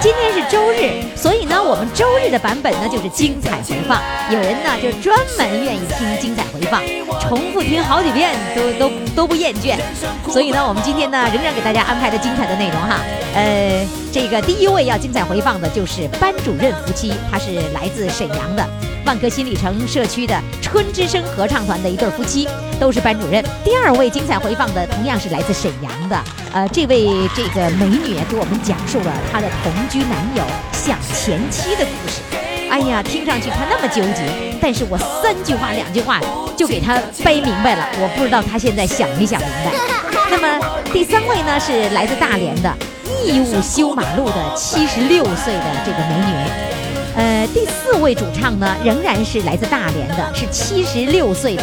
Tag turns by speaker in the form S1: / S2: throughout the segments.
S1: 今天是周日，所以呢，我们周日的版本呢就是精彩回放。有人呢就专门愿意听精彩回放，重复听好几遍都都都不厌倦。所以呢，我们今天呢仍然给大家安排的精彩的内容哈。呃，这个第一位要精彩回放的就是班主任夫妻，他是来自沈阳的。万科新里程社区的春之声合唱团的一对夫妻都是班主任。第二位精彩回放的同样是来自沈阳的，呃，这位这个美女啊给我们讲述了她的同居男友想前妻的故事。哎呀，听上去她那么纠结，但是我三句话两句话就给她掰明白了。我不知道她现在想没想明白。那么第三位呢是来自大连的义务修马路的七十六岁的这个美女。呃，第四位主唱呢，仍然是来自大连的，是七十六岁的。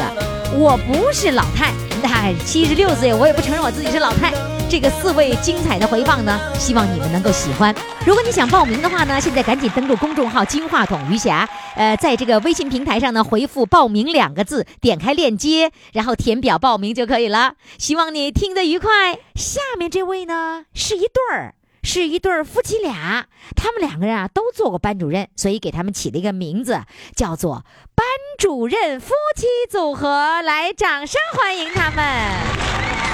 S1: 我不是老太， 那七十六岁，我也不承认我自己是老太。这个四位精彩的回放呢，希望你们能够喜欢。如果你想报名的话呢，现在赶紧登录公众号“金话筒余霞”，呃，在这个微信平台上呢，回复“报名”两个字，点开链接，然后填表报名就可以了。希望你听得愉快。下面这位呢，是一对儿。是一对夫妻俩，他们两个人啊都做过班主任，所以给他们起了一个名字，叫做“班主任夫妻组合”。来，掌声欢迎他 们！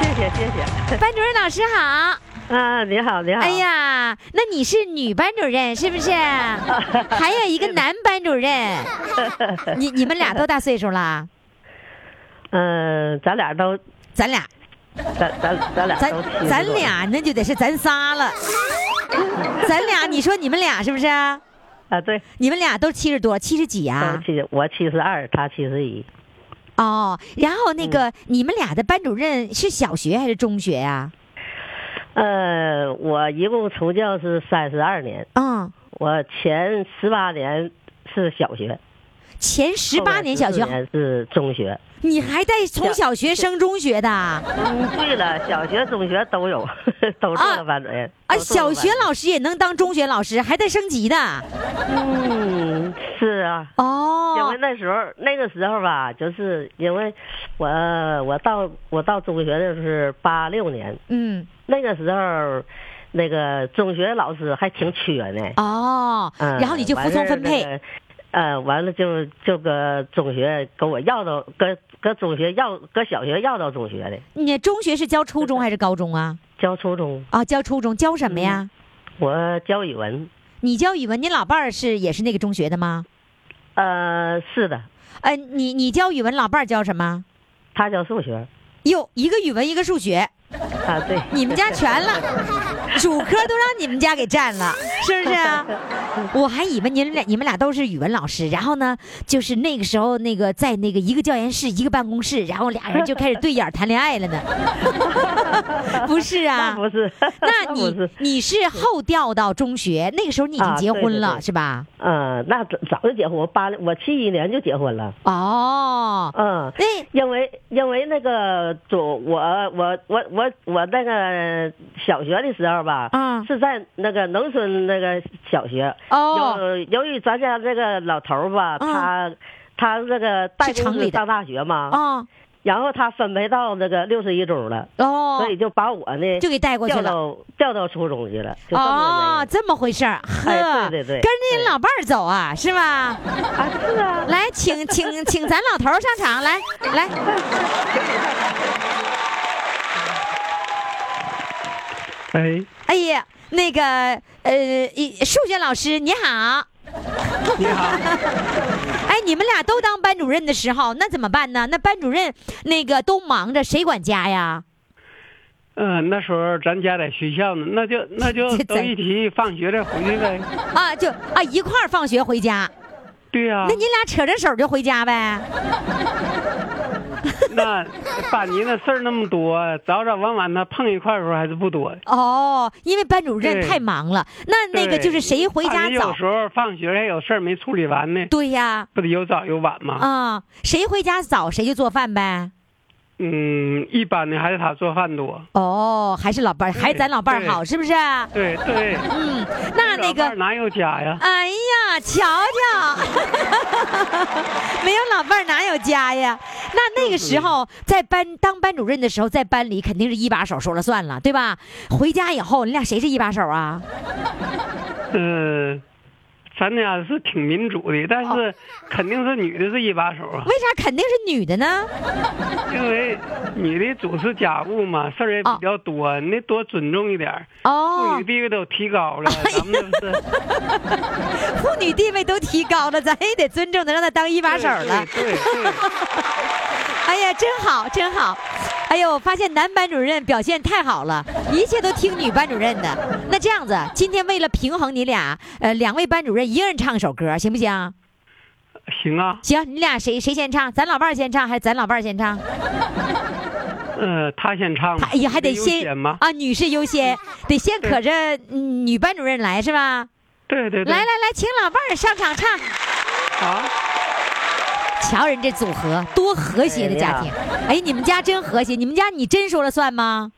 S2: 谢谢谢谢，
S1: 班主任老师好。
S2: 啊，你好你好。
S1: 哎呀，那你是女班主任是不是？还有一个男班主任，你你们俩多大岁数啦？
S2: 嗯、咱俩都，
S1: 咱俩
S2: 咱咱咱俩
S1: 咱
S2: 都七十多
S1: 咱俩那就得是咱仨 了，咱俩你说你们俩是不是？
S2: 啊，对，
S1: 你们俩都七十多，七十几
S2: 都
S1: 啊？
S2: 七，我七十二，他七十一，
S1: 哦，然后
S2: 嗯
S1: 那个、你们俩的班主任是小学还是中学啊呀、
S2: 呃，我一共从教是三十二年，
S1: 啊？嗯，
S2: 我前十八年是小学，
S1: 前十八年小
S2: 后
S1: 学，
S2: 面14年是中学。
S1: 你还带从小学升中学的啊？
S2: 嗯，对了，小学、中学都有， 都做了班主任。
S1: 啊
S2: 都做
S1: 哎小
S2: 了班
S1: 学老师也能当中学老师，还带升级的
S2: 嗯，是啊。因为
S1: 哦。
S2: 那时候那个时候吧，就是因为我我到我到中学的时候是八六年，
S1: 嗯，
S2: 那个时候那个中学老师还挺缺呢。
S1: 哦，
S2: 嗯，
S1: 然后你就服从分
S2: 完事儿
S1: 配，
S2: 那个呃，完了就就搁中学跟我要到，搁搁中学要，搁小学要到中学的，
S1: 你中学是教初中还是高中 啊？
S2: 教初中，
S1: 啊，教初中，教什么
S2: 嗯
S1: 呀？
S2: 我教语文。
S1: 你教语文，你老伴儿是也是那个中学的吗？
S2: 呃，是的，
S1: 呃，你你教语文，老伴儿教什么？
S2: 他教数学。
S1: 哟，一个语文，一个数学，
S2: 啊，对，
S1: 你 们家全了，主科都让你们家给占了，是不是 啊？我还以为你们俩你们俩都是语文老师，然后呢，就是那个时候那个在那个一个教研室一个办公室，然后俩人就开始对眼儿谈恋爱了 呢，不是
S2: 那
S1: 啊？
S2: 不是，
S1: 那
S2: 不
S1: 你
S2: 是，
S1: 你是后调到中学，那个时候你已经
S2: 啊
S1: 结
S2: 对
S1: 婚
S2: 对
S1: 了、
S2: 对
S1: 是吧？
S2: 嗯，那早早就结婚，我八我七一年就结婚了，
S1: 哦，
S2: 嗯。
S1: 那
S2: 因为因为那个总我我我我我那个小学的时候吧，
S1: 嗯
S2: 是在那个农村那个小学。
S1: 哦
S2: 由由于咱家这个老头儿吧，
S1: 嗯
S2: 他他那个带
S1: 是城
S2: 公
S1: 里
S2: 子
S1: 的
S2: 上大学嘛，
S1: 哦
S2: 然后他分配到那个六十一中了，
S1: 哦
S2: 所，以就把我呢
S1: 就给带过去
S2: 调
S1: 了。
S2: 到调到初中去了，就这
S1: 哦
S2: 么，
S1: 这么回事儿，呵，
S2: 哎对对对
S1: 跟着你老伴儿走啊，是吧？
S2: 个原因啊，是啊，
S1: 来，请请请咱老头儿上场，来来。
S3: 哎，
S1: 哎呀，那个呃，一数学老师你好。
S3: 你好，
S1: 哎，你们俩都当班主任的时候，那怎么办呢？那班主任那个都忙着，谁管家呀？
S3: 嗯、那时候咱家在学校呢，那就那就
S1: 在
S3: 都一起放学了回去 呗。
S1: 啊，就啊一块儿放学回家，
S3: 对呀、
S1: 那你俩扯着手就回家呗？
S3: 那班级那事儿那么多，早早晚晚的碰一块儿的时候还是不多。
S1: 哦，因为班主任
S3: 对
S1: 太忙了，那那个
S3: 对
S1: 就是谁回家
S3: 班级
S1: 早
S3: 有，时候放学还有事儿没处理完呢，
S1: 对呀，
S3: 不得有早有晚吗？
S1: 啊，谁回家早谁就做饭呗。
S3: 嗯，一般的还是他做饭多。
S1: 哦，还是老伴儿，还是咱老伴儿好，是不是？
S3: 对对，
S1: 嗯， 那那
S3: 老伴
S1: 个
S3: 儿哪有家呀？
S1: 哎呀，瞧瞧， 没有老伴儿哪有家呀？那那个时候在班当班主任的时候，在班里肯定是一把手说了算了，对吧？回家以后，你俩谁是一把手啊？
S3: 嗯，咱家是挺民主的，但
S1: 哦
S3: 是肯定是女的是一把手啊，
S1: 为啥肯定是女的呢？
S3: 因为女的主持家务嘛，事儿也比较多，你得多尊重一点儿。妇
S1: 哦哎
S3: 女，地位都提高了，咱们这不是
S1: 妇女地位都提高了，咱也得尊重她，让她当一把手了。
S3: 对对对，
S1: 哎呀，真好，真好。哎呦，我发现男班主任表现太好了，一切都听女班主任的。那这样子，今天为了平衡你俩，呃，两位班主任一个人唱一首歌，行不行？
S3: 行啊，
S1: 行，你俩谁谁先唱？咱老伴儿先唱还是咱老伴儿先唱？
S3: 嗯呃，他先唱
S1: 他
S3: 吧，
S1: 哎呀，还得
S3: 你优
S1: 先
S3: 先吗？
S1: 啊，女士优先，得先可着嗯女班主任来是吧？
S3: 对对对，
S1: 来来来，请老伴儿上场唱。
S3: 啊，
S1: 瞧人这组合多和谐的家庭！哎，你们家真和谐，你们家你真说了算吗？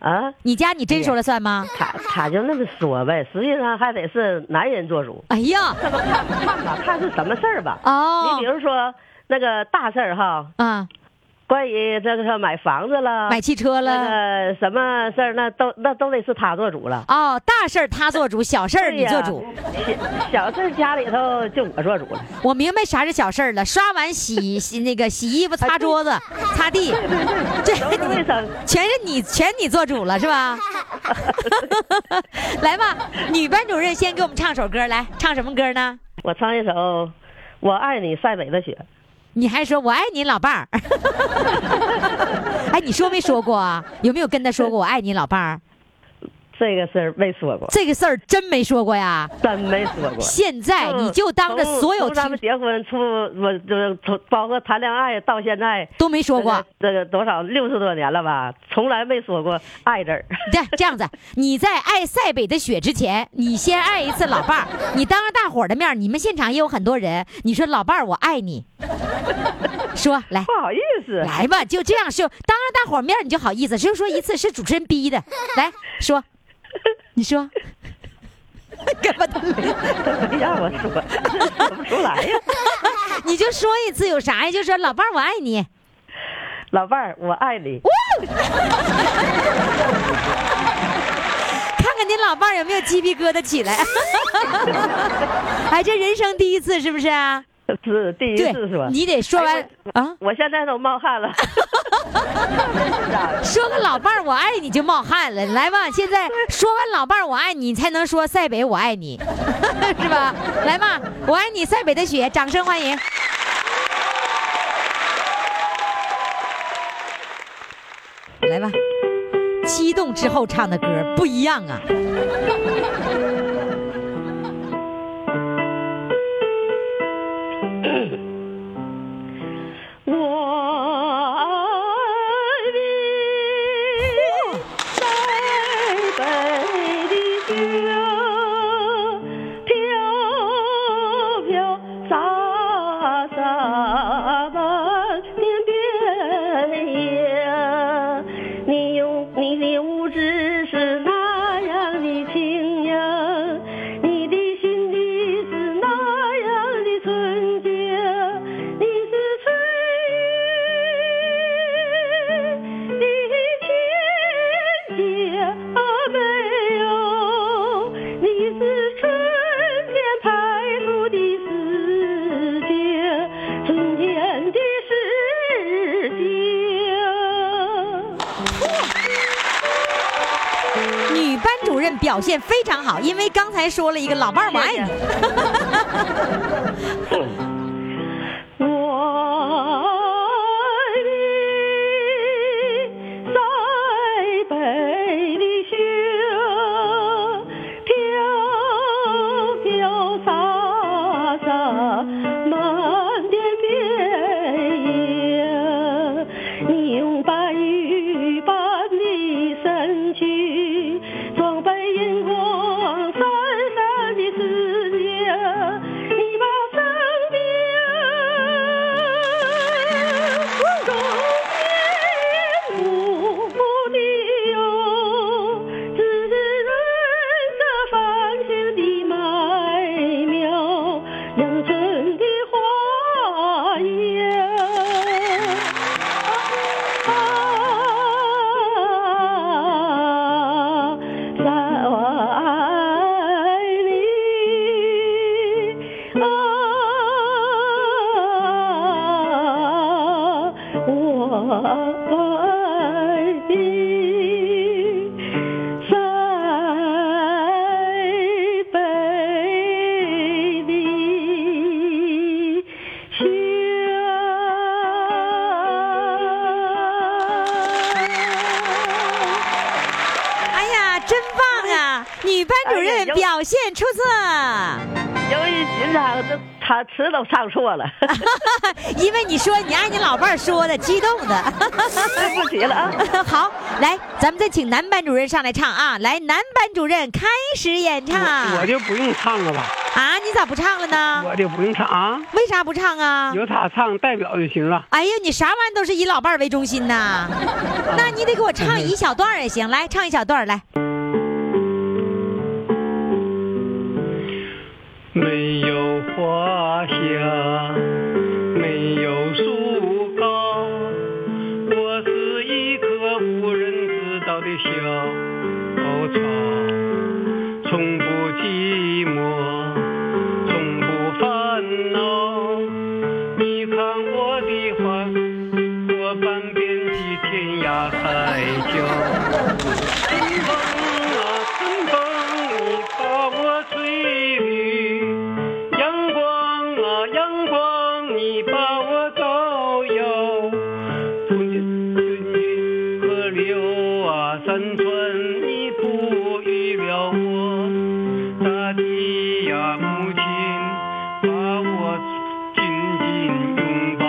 S4: 啊，
S1: 你家你真说了算吗？
S4: 他他就那么说呗，实际上还得是男人 做主。
S1: 哎呀，
S4: 这不看看
S2: 啊
S4: 吧，看是什么事儿吧。你
S1: 哦
S4: 比，如说那个大事儿哈，
S1: 啊，
S4: 关于这个买房子了，
S1: 买汽车了。
S4: 那个什么事儿，那都那都得是他做主了。
S1: 哦，大事儿他做主，小事儿
S4: 对
S1: 你
S4: 呀
S1: 做主。
S4: 小小事儿家里头就我做主了。
S1: 我明白啥是小事儿了，刷碗、洗 洗那个洗衣服、擦桌子、擦地， 这
S4: 收拾卫生，
S1: 全是你全你做主了是 吧？来吧，女班主任先给我们唱首歌，来唱什么歌呢？
S4: 我唱一首《我爱你塞北的雪
S1: 你还说我爱你老伴儿？哎，你说没说过啊？有没有跟他说过我爱你老伴儿？》，
S4: 这个事儿没说过，
S1: 这个事儿真没说过呀。
S4: 真没说过。
S1: 现在哎你就当着所有
S4: 从从咱们
S1: 听
S4: 结婚出，我就是从包括谈恋爱到现在，
S1: 都没说过。
S4: 这个多少六十多年了吧，从来没说过爱字儿。
S1: 这这样子，你在爱塞北的雪之前，你先爱一次老伴儿。你当着大伙儿的面儿，你们现场也有很多人，你说老伴儿我爱你，说来
S4: 不好意思，
S1: 来吧，就这样说，当着大伙儿面儿你就好意思，就说一次是主持人逼的，来说，你说，干嘛都没
S4: 没让我说，说不出来呀。
S1: 你就说一次有啥呀？就说老伴儿我爱你，
S4: 老伴儿，我爱你。
S1: 看看你老伴儿有没有鸡皮疙瘩起来。 哎，这人生第一次是不是啊？
S4: 是第一
S1: 对
S4: 次说，，
S1: 你得说完
S4: 哎
S1: 啊。
S4: 我现在都冒汗了。
S1: 说个老伴儿我爱你就冒汗了，来吧，现在说完老伴儿我爱你，你才能说塞北我爱你， 是吧？来吧，我爱你塞北的雪，掌声欢迎。来吧，激动之后唱的歌不一样啊。
S4: 我爱你，塞北的雪飘飘洒洒满天遍野，你用你的物质是那样的轻盈，你的心地是那样的纯洁，你是春雨的天界啊，没有，你是春天派出的世界，春天的世界。
S1: 女班主任表现非常好，因为刚才说了一个老伴儿我爱你。
S4: 我爱你，塞北的雪飘飘洒洒，满天遍野。啊啊啊
S5: 爱的塞北的乡。
S1: 哎呀，真棒啊！女班主
S5: 哎
S1: 任
S5: 呀有
S1: 表现出色。
S5: 由于紧张，这他词都唱错了，
S1: 因为你说你按你老伴儿说的，激动的。
S5: 对不起了啊！
S1: 好，来，咱们再请男班主任上来唱啊！来，男班主任开始演唱
S6: 我
S1: 啊！
S6: 就不用唱了吧，
S1: 你咋不唱了呢？
S6: 我就不用唱啊，
S1: 为啥不唱啊？
S6: 有他唱代表就行了。
S1: 哎呀，你啥玩意儿都是以老伴儿为中心 呐，那你得给我
S6: 嗯
S1: 唱一小段儿也行，来唱一小段儿来。
S6: 没有花香，没有树高，我是一棵无人知道的小草，从不寂寞，从不烦恼。你看我的花，我半边的天涯海角。春风啊，春风，你把我吹绿；阳光啊，阳光，你把我照耀。风卷云云河流啊，山川，你哺育了我。大地呀、母亲，把我紧紧拥抱。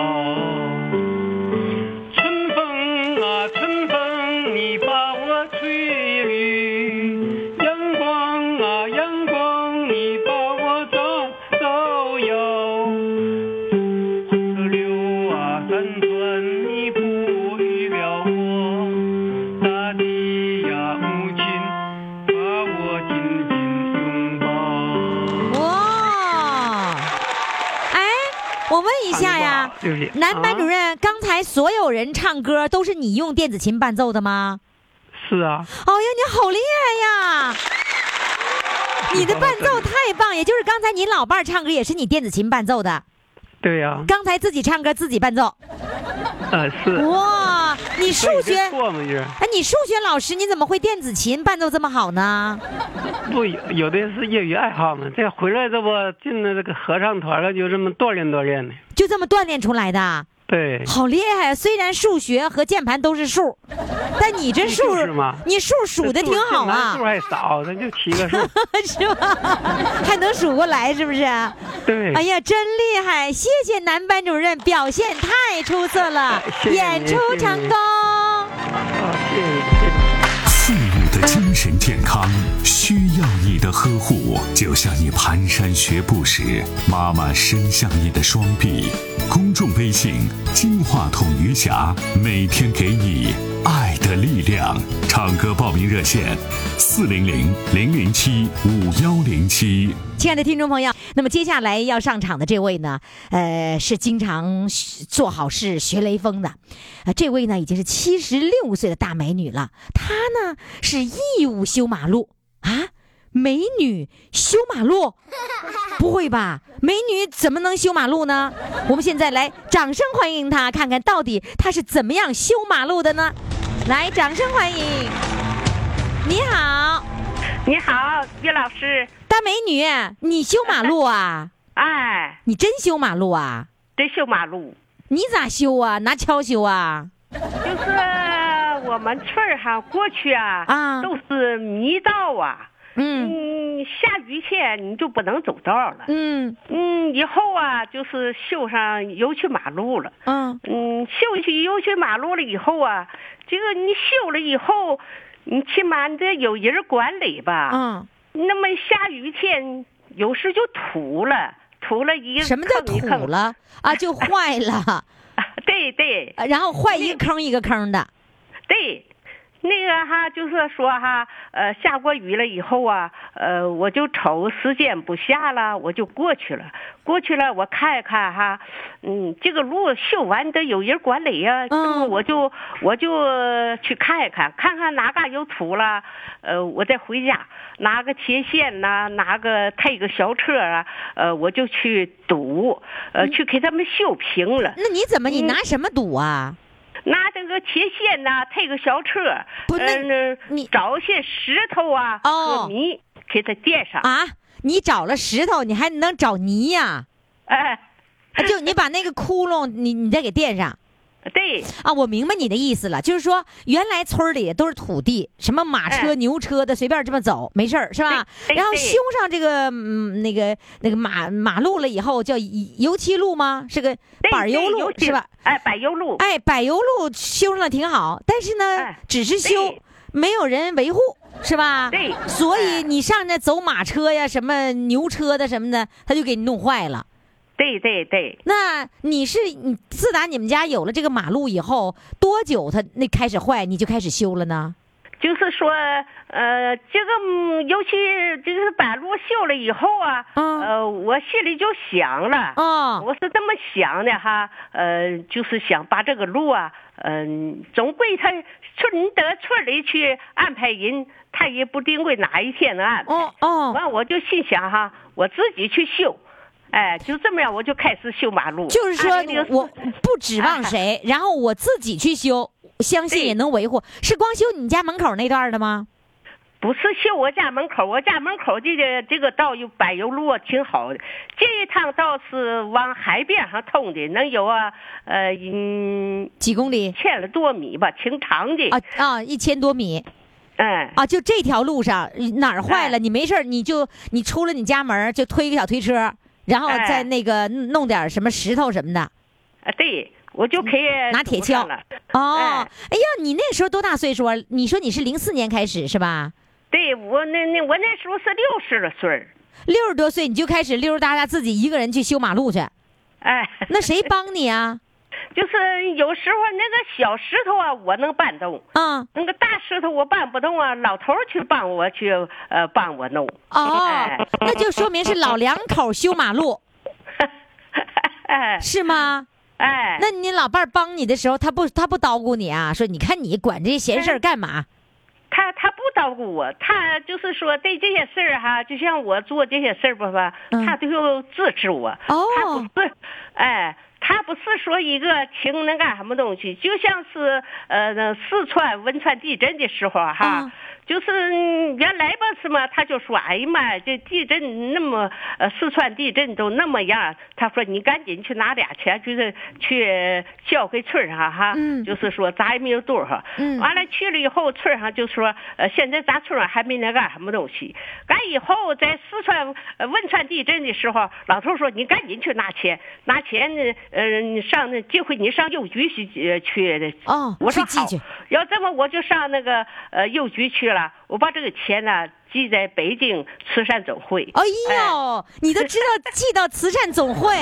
S6: 春风啊，春风，你把我吹绿；阳光啊，阳光，你把我照照耀。河流啊，山川，你哺育了我；哦大地呀，母亲，把我紧紧拥抱。
S1: 哇，哎，我问一下呀
S6: 对不起，
S1: 男班主
S6: 啊
S1: 任，刚才所有人唱歌都是你用电子琴伴奏的吗？
S6: 是啊，
S1: 哎呀，你好厉害呀！你的伴奏太棒，也就是刚才你老伴儿唱歌也是你电子琴伴奏的，
S6: 对呀、
S1: 刚才自己唱歌自己伴奏。
S6: 呃，是。
S1: 哇，你数
S6: 所以
S1: 学
S6: 这错嘛就是。
S1: 哎，你数学老师你怎么会电子琴伴奏这么好呢？
S6: 不，有有的是业余爱好嘛。这回来这不进了这个合唱团了，就这么锻炼锻炼的。
S1: 就这么锻炼出来的，
S6: 对，
S1: 好厉害啊！虽然数学和键盘都是数，但你这数
S6: 就是嘛，
S1: 你数数的
S6: 这数
S1: 挺好
S6: 这男
S1: 啊
S6: 数，还少，咱就七个数。
S1: 是吧？还能数过来是不是？哎
S6: 对，
S1: 呀，真厉害！谢谢男班主任，表现太出色了，
S6: 哎谢谢你
S1: 演出
S6: 谢谢
S1: 成
S6: 你
S1: 功。
S6: 啊，谢谢你，谢谢你。
S7: 父母的精神健康需要你的呵护，就像你蹒跚学步时，妈妈伸向你的双臂。公众微信“金话筒余霞”，每天给你爱的力量。唱歌报名热线：四零零零零七五幺零七。
S1: 亲爱的听众朋友，那么接下来要上场的这位呢，呃，是经常学做好事学雷锋的，呃，这位呢已经是七十六岁的大美女了，她呢是义务修马路啊，美女修马路，不会吧？美女怎么能修马路呢？我们现在来掌声欢迎她，看看到底她是怎么样修马路的呢？来，掌声欢迎！你好，
S8: 你好，岳老师，
S1: 大美女，你修马路啊？
S8: 哎，
S1: 你真修马路啊？
S8: 真修马路，
S1: 你咋修啊？拿锹修啊？
S8: 就是我们村儿哈，过去啊，
S1: 啊
S8: 都是泥道啊，
S1: 嗯
S8: 嗯，下雨天你就不能走道了，
S1: 嗯
S8: 嗯，以后啊，就是修上油漆马路了，
S1: 嗯，
S8: 嗯，修去油漆马路了以后啊，这个你修了以后，你起码你得有人管理吧，
S1: 嗯，
S8: 那么下雨天有时就土了，土了一个
S1: 什么叫
S8: 坑一
S1: 土
S8: 坑？
S1: 了啊？就坏了，
S8: 对对。
S1: 啊然后坏一个坑一个坑的。
S8: 对，那个哈，就是说哈，呃，下过雨了以后啊，呃，我就瞅时间不下了，我就过去了。过去了，我看一看哈，嗯，这个路修完得有人管理呀、那么
S1: 嗯
S8: 我就我就呃去看一看，看看哪嘎有土了，呃，我再回家拿个切线呐、拿个推个小车啊，呃，我就去堵，呃，去给他们修平了。
S1: 那你怎么你拿什么堵啊？
S8: 拿着个铁锨呐、推个小车，
S1: 不那
S8: 嗯、呃
S1: 你
S8: 找些石头啊
S1: 哦
S8: 和泥给它垫上，
S1: 啊，你找了石头，你还能找泥呀、
S8: 哎，
S1: 啊就你把那个窟窿，你你再给垫上
S8: 对，
S1: 啊！我明白你的意思了，就是说原来村儿里都是土地，什么马车、
S8: 哎
S1: 牛车的随便这么走没事儿是吧？
S8: 对对
S1: 然后
S8: 对
S1: 修上这个、嗯、那个那个马马路了以后，叫一油漆路吗？是个
S8: 对
S1: 柏油
S8: 对
S1: 路
S8: 尤其
S1: 是吧？？
S8: 哎，柏油路，
S1: 哎，柏油路修上了挺好，但是呢，
S8: 哎
S1: 只是修
S8: 对，
S1: 没有人维护，是吧？
S8: 对
S1: 所以
S8: 哎
S1: 你上那走马车呀、什么牛车的什么的，他就给你弄坏了。
S8: 对对对，
S1: 那你是你自打你们家有了这个马路以后，多久它那开始坏，你就开始修了呢？
S8: 就是说，呃，这个嗯尤其这个柏路修了以后啊，
S1: 嗯
S8: 呃，我心里就想了，
S1: 哦
S8: 我是这么想的哈，呃，就是想把这个路啊，嗯、总归他村得村里去安排人，他也不定归哪一天能安排。
S1: 哦哦，
S8: 完，我就心想哈，我自己去修，哎，就这么样，我就开始修马路。
S1: 就是说
S8: 2004
S1: 我不指望谁，然后我自己去修，相信
S8: 对
S1: 也能维护。是光修你家门口那段儿的吗？
S8: 不是修我家门口，我家门口这个这个道有柏油路啊，挺好的。这一趟道是往海边上通的，能有啊，呃，嗯，
S1: 几公里？
S8: 千了多米吧，挺长的。
S1: 啊啊，一千多米。
S8: 嗯，
S1: 啊，就这条路上哪儿坏了，
S8: 哎
S1: 你没事儿你就你出了你家门儿就推个小推车，然后
S8: 哎
S1: 再那个弄点儿什么石头什么的。
S8: 啊，对，我就可以
S1: 拿铁
S8: 堵上
S1: 锹
S8: 了。
S1: 哦，
S8: 哎
S1: 哎呀，你那时候多大岁数啊？你说你是零四年开始是吧？
S8: 对我那那我那时候是六十了岁儿，
S1: 六十多岁你就开始溜溜达达自己一个人去修马路去，
S8: 哎，
S1: 那谁帮你啊？
S8: 就是有时候那个小石头啊，我能搬动。
S1: 啊、
S8: 那个大石头我搬不动啊，老头儿去帮我去，呃，帮我弄。 哎
S1: 哦，那就说明是老两口修马路
S8: 哎
S1: 是吗？
S8: 哎，
S1: 那你老伴儿帮你的时候，他不他不叨咕你啊？说你看你管这些闲事儿干嘛？
S8: 他他不叨咕我，他就是说对这些事儿哈，就像我做这些事儿吧吧，
S1: 嗯
S8: 他都支持我。
S1: 哦
S8: 他不是，哎，他不是说一个情能干什么东西，就像是呃那四川汶川地震的时候啊哈。
S1: 嗯
S8: 就是嗯原来吧，是嘛？他就说：“哎呀妈呀，这地震那么，呃，四川地震都那么样。”他说：“你赶紧去拿俩钱，就是去交给村儿上哈，
S1: 嗯
S8: 就是说咱也没有多少。
S1: 嗯
S8: 完了去了以后，村儿上就说，呃，现在咱村儿上还没那干什么东西。赶以后在四川呃汶川地震的时候，老头儿说你赶紧去拿钱，拿钱呢，呃，你上那这回你上邮局去呃去。
S1: 哦
S8: 我说
S1: 去寄
S8: 好
S1: 去。
S8: 要这么我就上那个呃邮局去了，我把这个钱呢、寄在北京慈善总会。
S1: 哎呦，你都知道寄到慈善总会，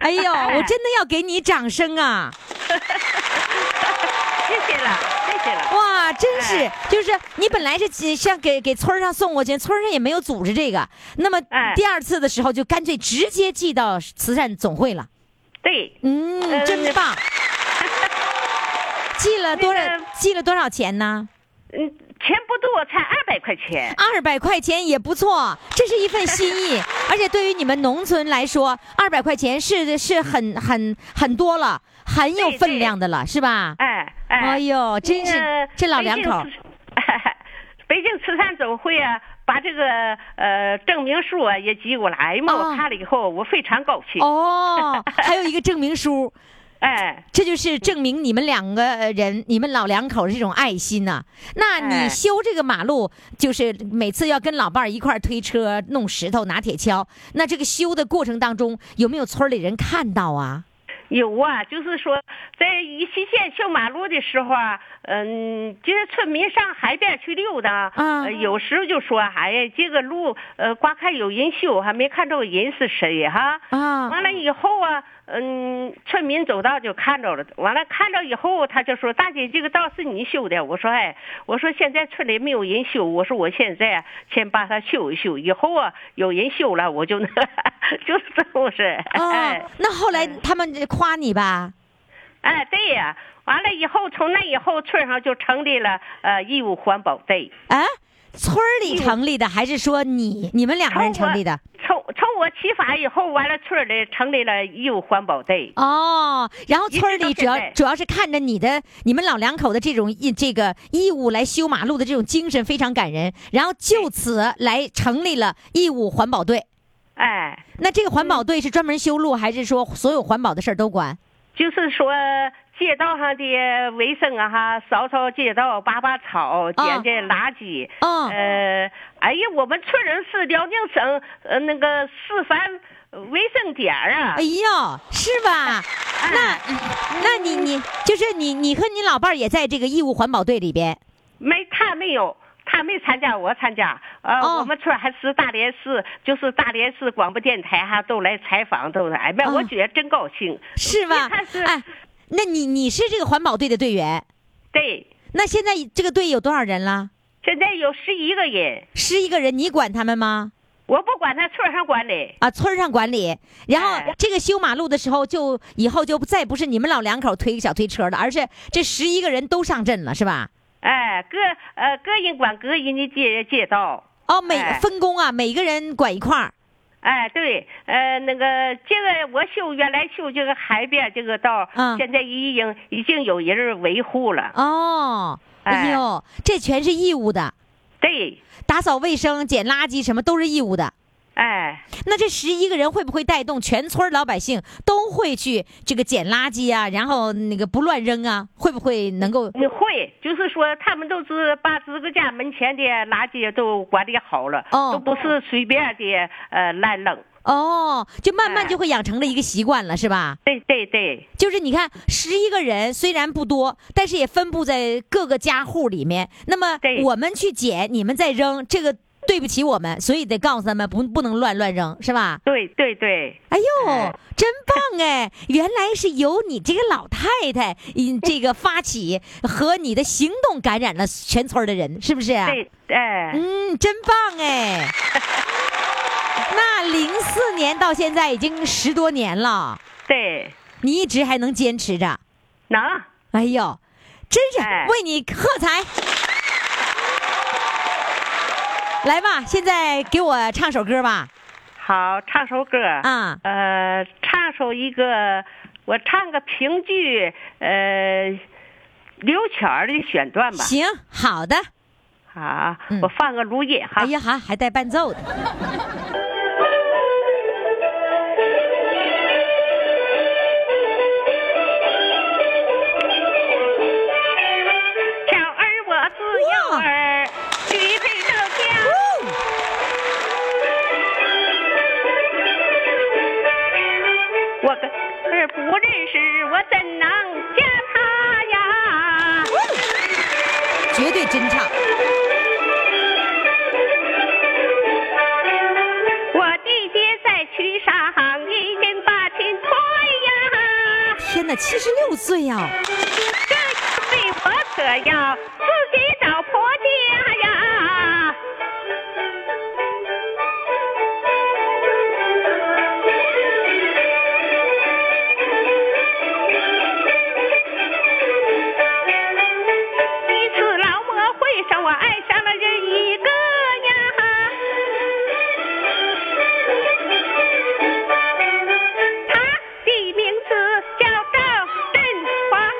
S1: 哎呦，我真的要给你掌声啊！
S8: 谢谢了，谢谢了。
S1: 哇，真是
S8: 哎，
S1: 就是你本来是只像给给村儿上送过去，村儿上也没有组织这个，那么
S8: 哎
S1: 第二次的时候就干脆直接寄到慈善总会了，
S8: 对，
S1: 嗯，
S8: 呃
S1: 真 棒。寄了多少
S8: 那个？
S1: 寄了多少钱呢？
S8: 嗯，钱不多，才二百块钱。
S1: 二百块钱也不错，这是一份心意，而且对于你们农村来说，二百块钱是是很很很多了，很有
S8: 对
S1: 分量的了，是吧？
S8: 哎哎。
S1: 哎呦，真是
S8: 那个
S1: 这老两口
S8: 北京慈。 北京慈善总会啊，把这个呃证明书啊也寄过来嘛，
S1: 哦
S8: 我看了以后我非常高兴。
S1: 哦，还有一个证明书，
S8: 哎，
S1: 这就是证明你们两个呃人，你们老两口这种爱心呐、那你
S8: 哎
S1: 修这个马路，就是每次要跟老伴儿一块儿推车、弄石头、拿铁锹，那这个修的过程当中，有没有村儿里人看到啊？
S8: 有啊，就是说在一期间修马路的时候啊，嗯，这些村民上海边去溜达，
S1: 嗯
S8: 呃有时候就说，哎呀，这个路呃，光看有人修，还没看着人是谁哈。
S1: 啊，
S8: 完了以后啊，嗯，村民走道就看着了。完了看着以后，他就说：“大姐，这个道是你修的。”我说：“哎，我说现在村里没有人修，我说我现在啊先把它修一修，以后啊有人修了，我就能， 就是这么回事。哎
S1: 哦，那后来他们夸你吧？
S8: 哎，对呀、完了以后，从那以后，村上就成立了呃义务环保队。
S1: 啊，村儿里
S8: 哎
S1: 成立的，还是说你你们两个人成立的？
S8: 从我从从我起法以后，完了村儿里成立了义务环保队。
S1: 哦，然后村儿里
S8: 一直到
S1: 主要
S8: 现在
S1: 主要是看着你的你们老两口的这种义这个义务来修马路的这种精神非常感人，然后就此来成立了义务环保队。
S8: 哎，
S1: 那这个环保队是专门修路，还是说所有环保的事儿都管？
S8: 就是说街道上的卫生啊，哈，扫扫街道，拔拔草，捡捡垃圾。
S1: 嗯
S8: 呃，哎呀，我们村人是辽宁省呃那个示范卫生点儿啊。哎
S1: 哎呦，是 吧？那那你你就是你你和你老伴儿也在这个义务环保队里边。
S8: 没，他没有，他没参加，我参加。呃，
S1: 哦
S8: 我们村儿还是大连市，就是大连市广播电台哈，都来采访，都来。哎呀，
S1: 哦
S8: 我觉得真高兴。
S1: 是吧
S8: 一开？始
S1: 哎，那你你是这个环保队的队员，
S8: 对，
S1: 那现在这个队有多少人了？
S8: 现在有十一个人，
S1: 十一个人，你管他们吗？
S8: 我不管他村儿上管理。
S1: 啊，村儿上管理，然后
S8: 哎
S1: 这个修马路的时候就，以后就再不是你们老两口推个小推车了，而是这十一个人都上阵了，是吧？
S8: 哎，各呃各人管各人的街街道。
S1: 哦，每、
S8: 哎
S1: 分工啊，每个人管一块儿。
S8: 哎，对，呃，那个这个我修原来修这个海边这个道，
S1: 嗯
S8: 现在已经已经有人儿维护了。
S1: 哦，哎
S8: 啊哎
S1: 呦，这全是义务的，
S8: 对，
S1: 打扫卫生、捡垃圾什么都是义务的。
S8: 哎，
S1: 那这十一个人会不会带动全村儿老百姓都会去这个捡垃圾啊，然后那个不乱扔啊？会不会能够？
S8: 你会，就是说他们都是把自个家门前的垃圾都管理好了，
S1: 哦
S8: 都不是随便的呃乱扔。
S1: 哦，就慢慢
S8: 哎
S1: 就会养成了一个习惯了，是吧？
S8: 对对对，
S1: 就是你看，十一个人虽然不多，但是也分布在各个家户里面。那么
S8: 对
S1: 我们去捡，你们再扔，这个对不起我们，所以得告诉他们不不能乱乱扔，是吧？
S8: 对对对，
S1: 哎呦
S8: 哎，
S1: 真棒哎！原来是由你这个老太太，嗯，这个发起和你的行动感染了全村儿的人，是不是？
S8: 对，哎，
S1: 嗯，真棒 哎！那零四年到现在已经十多年了，
S8: 对，
S1: 你一直还能坚持着。
S8: 能，
S1: 哎呦，真是
S8: 哎
S1: 为你喝彩！来吧，现在给我唱首歌吧。
S8: 好，唱首歌
S1: 啊
S8: 呃，唱首一个，我唱个评剧，呃，刘巧儿的选段吧。
S1: 行，好的。
S8: 好
S1: 嗯，
S8: 我放个卢音哈。
S1: 哎呀哈，还带伴奏的。
S8: 巧儿我自幼儿举杯到家。我根本不认识，我怎能嫁他呀？
S1: 绝对真唱。
S8: 我弟弟在渠上一人把亲推呀，
S1: 天哪，七十六岁呀、
S8: 这辈我可要自己找婆家呀。一次劳模会上，我爱上了人一个呀。他的名字叫赵振华。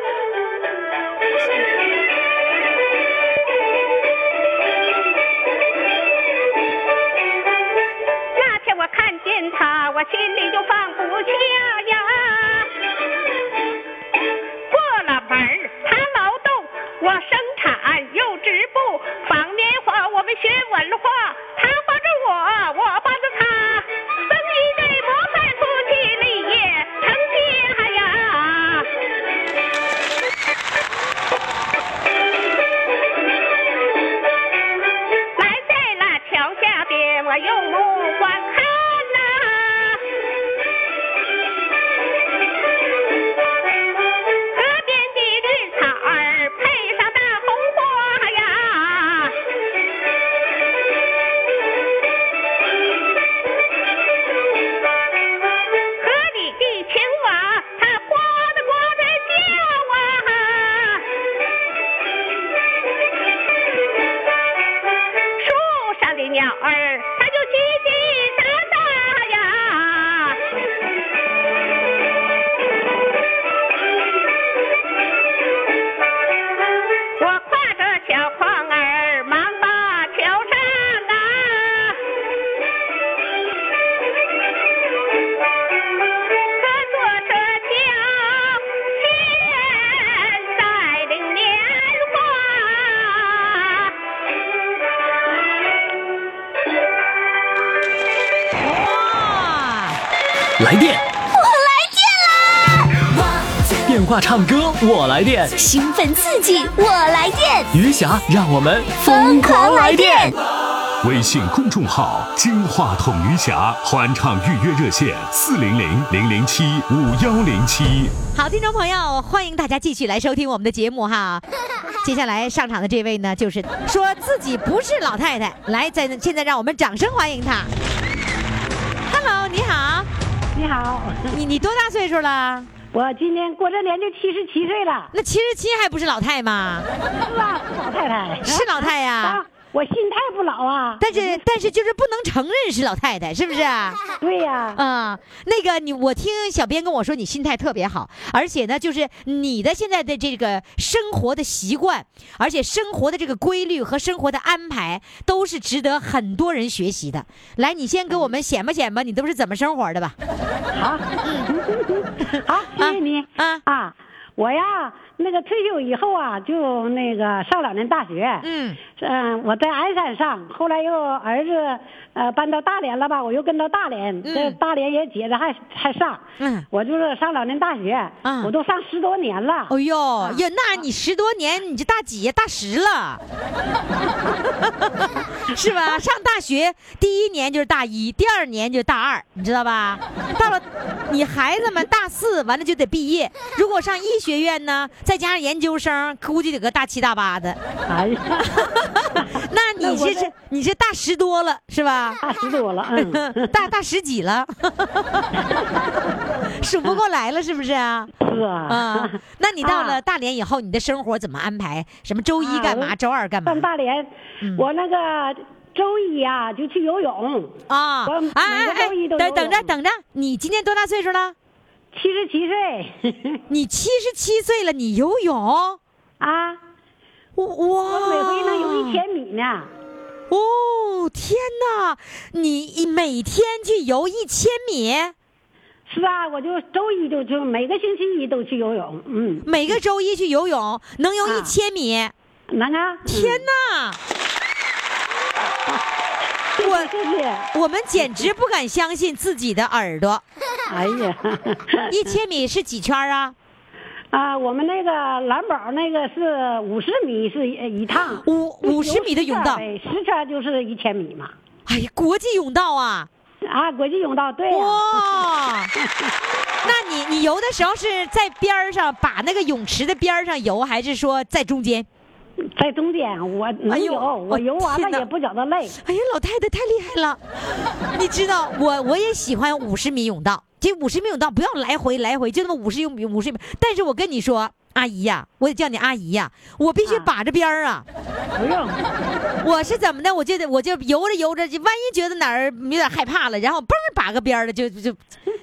S9: 来电，我来电啦！电话唱歌，我来电。
S10: 兴奋刺激，我来电，
S9: 余霞，让我们
S10: 疯狂来电！
S7: 微信公众号“金话筒余霞”欢唱预约热线：四零零零零七五幺零七。
S1: 好，听众朋友，欢迎大家继续来收听我们的节目哈。接下来上场的这位呢，就是说自己不是老太太，来，在现在让我们掌声欢迎她。Hello，你好，
S11: 你好，
S1: 你你多大岁数了？
S11: 我今年过这年就七十七岁了，
S1: 那七十七还不是老太吗？
S11: 是啊，是老太太，
S1: 是老太呀、
S11: 啊，我心态不老啊。
S1: 但是但是就是不能承认是老太太，是不是？
S11: 对呀、
S1: 啊、那个你，我听小编跟我说你心态特别好，而且呢，就是你的现在的这个生活的习惯，而且生活的这个规律和生活的安排，都是值得很多人学习的。来，你先给我们显摆显摆，你都是怎么生活的吧？嗯
S11: 好， 好，谢谢你
S1: 啊
S11: 啊！我呀，那个退休以后啊，就那个上两年大学，
S1: 嗯，
S11: 嗯，我在鞍山上，后来又儿子呃搬到大连了吧，我又跟到大连，这
S1: 嗯
S11: 大连也接着还还上，
S1: 嗯
S11: 我就是上两年大学，
S1: 啊
S11: 我都上十多年了，
S1: 哦
S11: 啊
S1: 呦，呀，那你十多年，你这大几呀？大十了， 是吧？上大学第一年就是大一，第二年就是大二，你知道吧？到了你孩子们大四完了就得毕业，如果上医学院呢，再加上研究生，估计得个大七大八的。
S11: 哎呀，
S1: 那
S11: 那
S1: 你
S11: 我
S1: 这
S11: 这
S1: 是你这大十多了是吧？
S11: 大十多了，嗯，
S1: 大大十几了， 数不过来了是不是啊？
S11: 是啊
S1: 啊， 那你到了
S11: 啊
S1: 大连以后，你的生活怎么安排？什么周一
S11: 啊
S1: 干嘛，
S11: 我
S1: 周二干嘛
S11: 上？大连，
S1: 嗯
S11: 我那个周一呀、就去游泳，
S1: 啊
S11: 我
S1: 啊
S11: 每个
S1: 哎哎
S11: 周一都
S1: 等
S11: 游
S1: 等着
S11: 泳
S1: 等着，你今年多大岁数了？
S11: 七十七岁
S1: 你七十七岁了，你游泳？哇！
S11: 啊，我每回能游一千米呢。
S1: 哦，天哪！你每天去游一千米，
S11: 是啊，我就周一就就每个星期一都去游泳，嗯，
S1: 每个周一去游泳，能游一
S11: 啊
S1: 千米？
S11: 能啊，
S1: 天
S11: 嗯
S1: 哪！我
S11: 谢谢嗯谢谢，
S1: 我们简直不敢相信自己的耳朵。
S11: 哎呀，
S1: 一千米是几圈啊？
S11: 啊，我们那个蓝宝那个是五十米是一一趟，
S1: 五 五十米的泳道，
S11: 对，十圈就是一千米嘛，
S1: 哎呀，国际泳道啊！
S11: 啊，国际泳道对呀、
S1: 哇，那你你游的时候是在边儿上，把那个泳池的边儿上游，还是说在中间？
S11: 在中间我
S1: 哎
S11: 能
S1: 呦
S11: 游，
S1: 我
S11: 我游完
S1: 天哪
S11: 了也不觉得累，
S1: 哎呀，老太太太厉害了！你知道我我也喜欢五十米泳道，这五十米泳道不要来回来回，就那么五十米五十米。但是我跟你说，阿姨呀、我得叫你阿姨呀、我必须
S11: 啊
S1: 把着边儿啊！
S11: 不用。
S1: 我是怎么的？我就得我就游着游着，就万一觉得哪儿有点害怕了，然后嘣儿把个边儿了，就就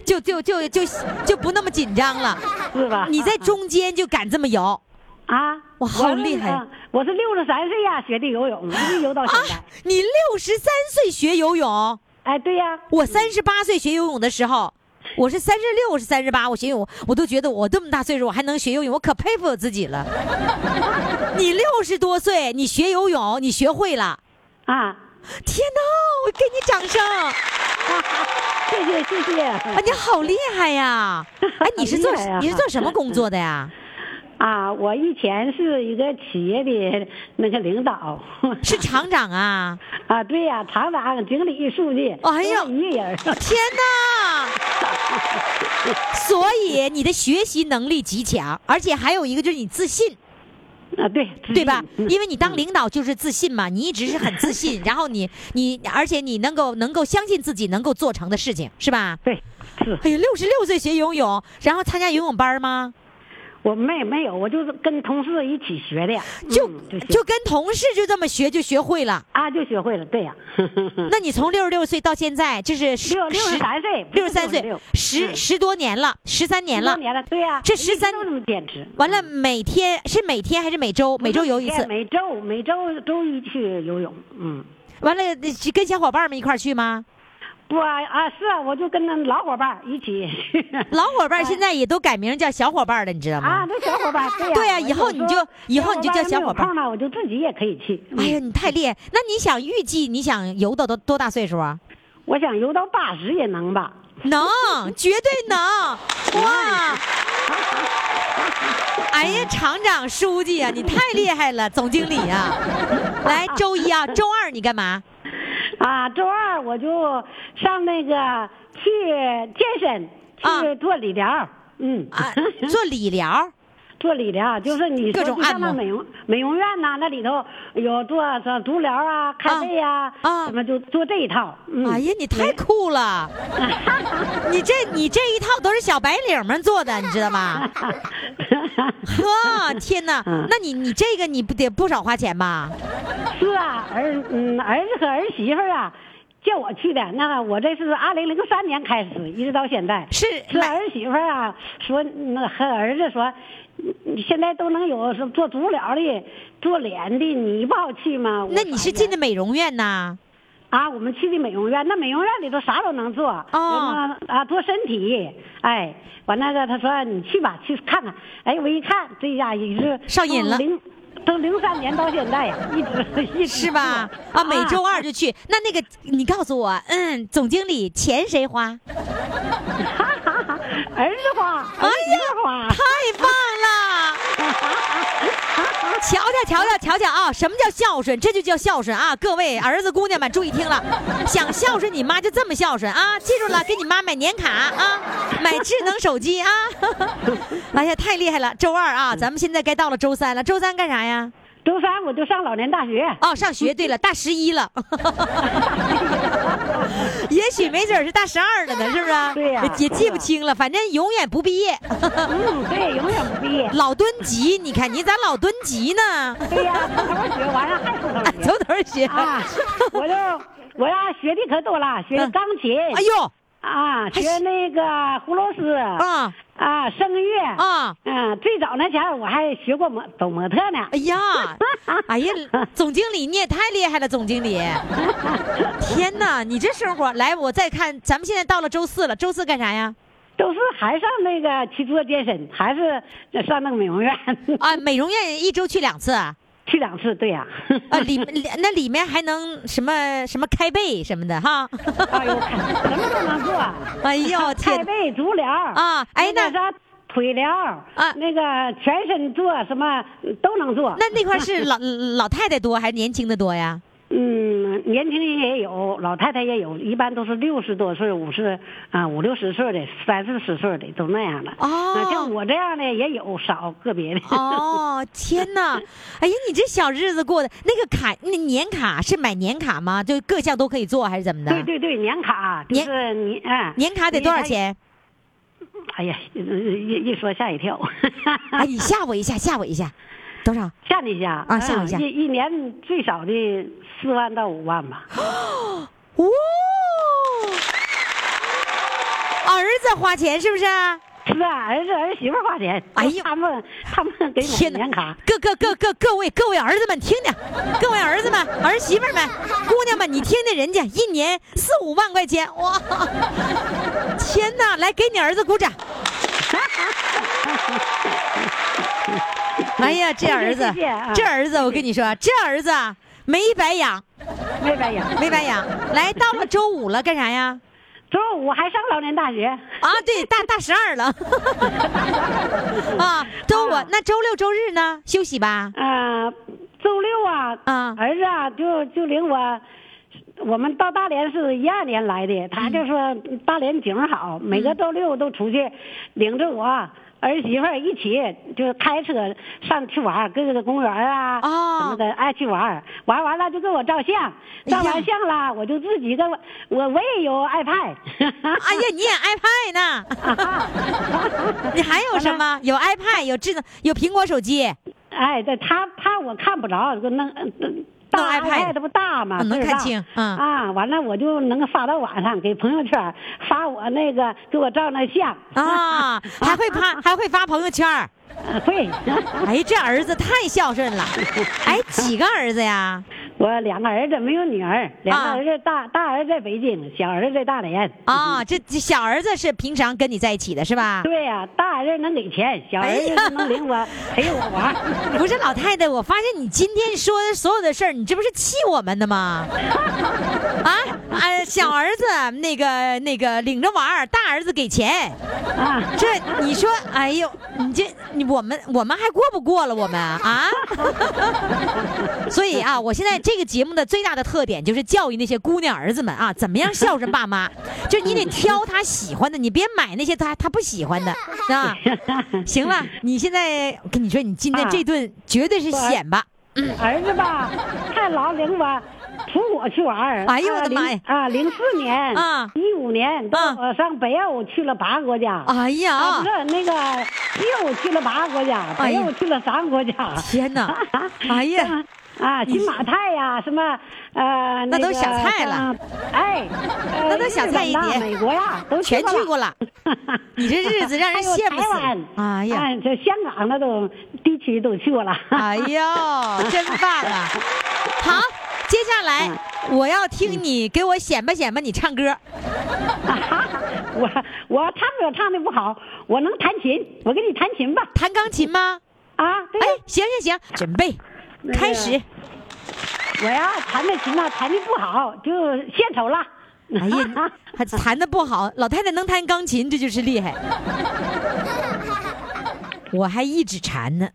S1: 就就就就就不那么紧张 了。
S11: 是吧？
S1: 你在中间就敢这么摇
S11: 啊，
S1: 哇好厉害
S11: 我是！嗯我是六十三岁呀、学的游泳，一直游到
S1: 啊
S11: 现在。！
S1: 你六十三岁学游泳，
S11: 哎，对呀、
S1: 我三十八岁学游泳的时候，我是三十六，我是三十八，我学游泳，我都觉得我这么大岁数我还能学游泳，我可佩服我自己了。 你六十多岁，你学游泳，你学会了，
S11: 啊，
S1: 天哪！我给你掌声， 啊，
S11: 谢谢谢谢。
S1: 你好厉害呀！ 哎，你是做
S11: 好厉害呀
S1: 你是做什么工作的呀？
S11: 啊，我以前是一个企业的那个领导，
S1: 是厂长啊？
S11: 啊，对呀、厂长、经理、书记，
S1: 哎呀
S11: 都是一个人。
S1: 天哪！ 所以你的学习能力极强，而且还有一个就是你自信，
S11: 啊，对
S1: 对吧？
S11: 嗯
S1: 因为你当领导就是自信嘛，你一直是很自 信，然后你你，而且你能够能够相信自己能够做成的事情，是吧？
S11: 对是
S1: 哎呀，六十六岁学游泳，然后参加游泳班吗？
S11: 我没没有，我就是跟同事一起学的呀，
S1: 就、
S11: 嗯就学
S1: 就跟同事就这么学就学会了。
S11: 啊就学会了，对呀、
S1: 那你从六十六岁到现在，就是十
S11: 嗯六六十三岁，
S1: 六十三岁
S11: 六，嗯
S1: 十十多年了，十三年了
S11: 多。年了，对呀、
S1: 这
S11: 一直
S1: 13
S11: 都这么坚持。
S1: 完了，每天是每天还是每周？每周游一次。
S11: 嗯每周每周周一去游泳，嗯，
S1: 完了，是跟小伙伴们一块儿去吗？
S11: 不啊啊是啊，我就跟那老伙伴一起 去
S1: 老伙伴现在也都改名叫小伙伴了，你知道
S11: 哎啊，
S1: 吗？
S11: 那小伙伴对呀、
S1: 对呀
S11: 我
S1: 以后你就
S11: 说
S1: 以后你就叫小伙伴
S11: 没有空了，我就自己也可以去。嗯
S1: 哎呀，你太厉害！那你想预计你想游到多多大岁数啊？
S11: 我想游到八十也能吧？
S1: 能，绝对能！哇！哎呀，厂长、书记啊，你太厉害了，总经理呀、来，周一啊，周二你干嘛？
S11: 啊，周二我就上那个去健身，
S1: 啊
S11: 去做理疗。嗯
S1: 啊，做理疗。
S11: 做理疗就是你
S1: 各
S11: 说
S1: 种
S11: 去
S1: 按
S11: 上
S1: 摩
S11: 那美容美容院呐、那里头有做做足疗啊、开背呀、
S1: 啊
S11: 什么就做这一套。嗯、
S1: 哎呀，你太酷 了！你这你这一套都是小白领们做的，你知道吗？呵，天哪！
S11: 嗯
S1: 那你你这个你不得不少花钱吧？
S11: 是啊，儿嗯儿子和儿媳妇儿啊，叫我去的。那我这是二零零三年开始，一直到现在。
S1: 是
S11: 是
S1: 买
S11: 儿媳妇儿啊，说那和儿子说，你你现在都能有是做足疗的、做脸的，你不好去吗？我
S1: 那你是
S11: 说哎
S1: 进
S11: 呀
S1: 的美容院呐？
S11: 啊？我们去的美容院，那美容院里头啥都能做，
S1: 哦
S11: 啊、啊，做身体，哎，完那个他说你去吧，去看看。哎，我一看，这家也是
S1: 上瘾了
S11: 从零从零三年到现在呀，一直一直
S1: 是吧
S11: 做？
S1: 啊，每周二就去。那那个，你告诉我，嗯，总经理钱谁花？
S11: 哈哈哈， 儿子花，儿媳妇花，
S1: 哎太棒了！ 瞧瞧瞧瞧瞧瞧啊！什么叫孝顺？这就叫孝顺啊！各位儿子姑娘们注意听了，想孝顺你妈就这么孝顺啊！记住了，给你妈买年卡啊，买智能手机啊！ 哎呀，太厉害了！周二啊，咱们现在该到了周三了，周三干啥呀？
S11: 周三我就上老年大学。
S1: 哦，上学。对了，大十一了， 也许没准儿是大十二了呢，是不是啊？
S11: 对呀
S1: 也记不清了，反正永远不毕业。
S11: 嗯，对，永远不毕业。
S1: 老蹲级，你看你咋老蹲级呢？
S11: 对呀、从头学完了还从
S1: 从
S11: 头学
S1: 头儿学。
S11: 啊！我就我呀学的可多了，学钢琴，
S1: 哎呦
S11: 啊，学那个葫芦丝
S1: 啊
S11: 啊，声乐
S1: 啊！
S11: 嗯、最早那前儿我还学过模走模特呢
S1: 哎。呀，哎 呀，总经理你也太厉害了，总经理！天哪，你这生活来，我再看，咱们现在到了周四了，周四干啥呀？
S11: 都是还上那个去做健身，还是上那个美容院
S1: 啊，美容院一周去两次啊，
S11: 去两次，对呀、
S1: 啊里里那里面还能什么什么开背什么的哈。
S11: 哎呦，什么都能做。
S1: 哎呦
S11: 太
S1: 天，
S11: 背足疗
S1: 啊哎那
S11: 那啥腿疗
S1: 啊
S11: 那个全身做什么都能做。
S1: 那那块儿是老老太太多还是年轻的多呀？
S11: 嗯，年轻人也有，老太太也有，一般都是六十多岁、五十啊五六十岁的、三四十岁的都那样的。
S1: 哦
S11: 啊像我这样的也有少个别的。
S1: 哦，天哪！哎呀，你这小日子过的，那个卡，那年卡是买年卡吗？就各项都可以做，还是怎么的？
S11: 对对对，年卡就
S1: 年
S11: 是你啊，
S1: 年卡得多少钱？
S11: 你？哎呀，一一一说吓一跳，
S1: 哎，你吓我一下，吓我一下，多少？
S11: 吓你一下
S1: 啊吓我一下
S11: 嗯一一年最少的四万到五万吧。
S1: 哦， 儿子花钱是不是啊？
S11: 是啊，儿子儿媳妇花钱，
S1: 哎呦
S11: 他们他们给买
S1: 天
S11: 年卡，！
S1: 各各各各各位各位儿子们听听，各位儿子们、儿媳妇儿们、姑娘们，你听听人家一年四五万块钱，哇！天哪，来给你儿子鼓掌！哎呀，这儿子
S11: 谢谢谢谢啊，
S1: 这儿子，我跟你说，这儿子啊没白养，
S11: 没白养。
S1: 没白养。来，到了周五了，干啥呀？
S11: 周五还上老年大学，
S1: 啊，对，大大十二了。 啊，周五
S11: 啊，
S1: 那周六周日呢？休息吧。
S11: 嗯、周六啊，
S1: 啊
S11: 儿子啊，就就领我，我们到大连是一二年来的，他就说大连景儿好，
S1: 嗯
S11: 每个周六都出去，领着我儿媳妇儿一起就开车上去玩儿，各个公园啊、
S1: 哦
S11: 什么的，爱去玩儿，玩完了就给我照相，
S1: 哎呀
S11: 照完相了我就自己跟我我我也有 iPad，
S1: 哎呀，你也 iPad 呢？ 你还有什么？有 iPad，有智能，有苹果手机。
S11: 哎，对他他我看不着，就弄嗯大
S1: iPad
S11: 这不大吗？
S1: 嗯能
S11: 倍儿大
S1: 看清嗯
S11: 啊，完了我就能发到网上，给朋友圈发我那个给我照那相
S1: 啊，还会发，还会发朋友圈儿。
S11: 呃会，
S1: 哎，这儿子太孝顺了。哎，几个儿子呀？
S11: 我两个儿子没有女儿，两
S1: 啊
S11: 个儿子大大儿子在北京，小儿子在大连。
S1: 啊，这这小儿子是平常跟你在一起的是吧？
S11: 对呀、大儿子能给钱，小儿
S1: 哎
S11: 子
S1: 呀
S11: 能领我陪我 玩儿。
S1: 不是老太太，我发现你今天说的所有的事儿，你这不是气我们的吗？啊，啊，小儿子那个那个领着玩儿，大儿子给钱。
S11: 啊，
S1: 这你说，哎呦，你这你我们我们还过不过了我们啊？所以啊，我现在这个节目的最大的特点就是教育那些姑娘儿子们啊，怎么样孝顺爸妈，就是你得挑他喜欢的，你别买那些他他不喜欢的啊。行了，你现在跟你说，你今天这顿绝对是显吧。
S11: 儿子吧，太老领我出国去玩儿。
S1: 哎呦我的妈呀
S11: 啊，零四年
S1: 啊
S11: 一五年，
S1: 啊
S11: 我上北欧去了八个国家。
S1: 哎
S11: 啊，
S1: 呀
S11: 不，是那个西欧去了八个国家，
S1: 哎
S11: 北
S1: 呀
S11: 欧去了三个国家。
S1: 天 哪！哎呀，
S11: 啊，新马泰呀、什么呃，
S1: 那
S11: 那
S1: 都
S11: 个
S1: 小菜了
S11: 像，哎，呃
S1: 那都小菜一碟
S11: 日本呐美国呀，都
S1: 全去
S11: 过
S1: 过
S11: 了。
S1: 了。 你这日子让人
S11: 还有
S1: 羡慕
S11: 台湾
S1: 死！哎呀，
S11: 哎这香港那都地区都去过了。
S1: 哎 呦，真棒啊！好，接下来
S11: 嗯
S1: 我要听你给我显摆显摆你唱歌。
S11: 我我唱歌唱的不好，我能弹琴，我给你弹琴吧。
S1: 弹钢琴吗？
S11: 啊，对
S1: 哎，行行行，准备开始。
S11: 我呀弹的琴呐、弹的不好，就献丑了。
S1: 哎 呀，还
S11: 啊
S1: 弹的不好，老太太能弹钢琴，这就是厉害。我还一指禅呢，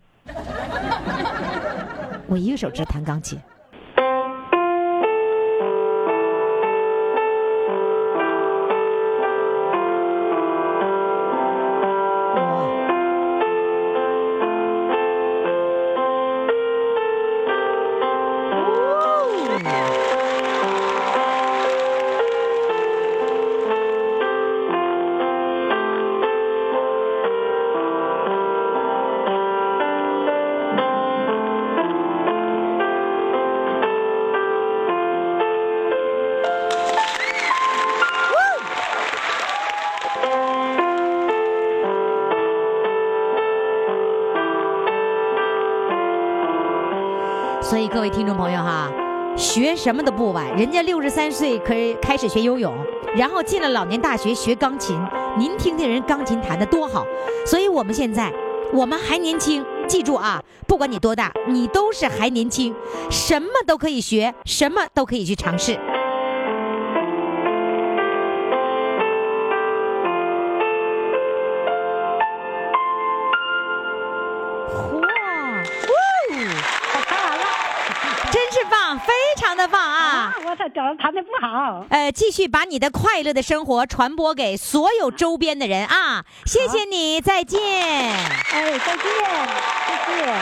S1: 我一个手指弹钢琴。所以各位听众朋友哈，学什么都不晚。人家六十三岁可以开始学游泳，然后进了老年大学学钢琴。您听听人钢琴弹的多好，所以我们现在我们还年轻。记住啊，不管你多大，你都是还年轻，什么都可以学，什么都可以去尝试。哇！
S11: 我弹完了
S1: 真是棒，非常的棒啊！，
S11: 我咋觉得弹的不好？
S1: 呃，继续把你的快乐的生活传播给所有周边的人啊！谢谢你，再见。
S11: 哎，再见，谢谢。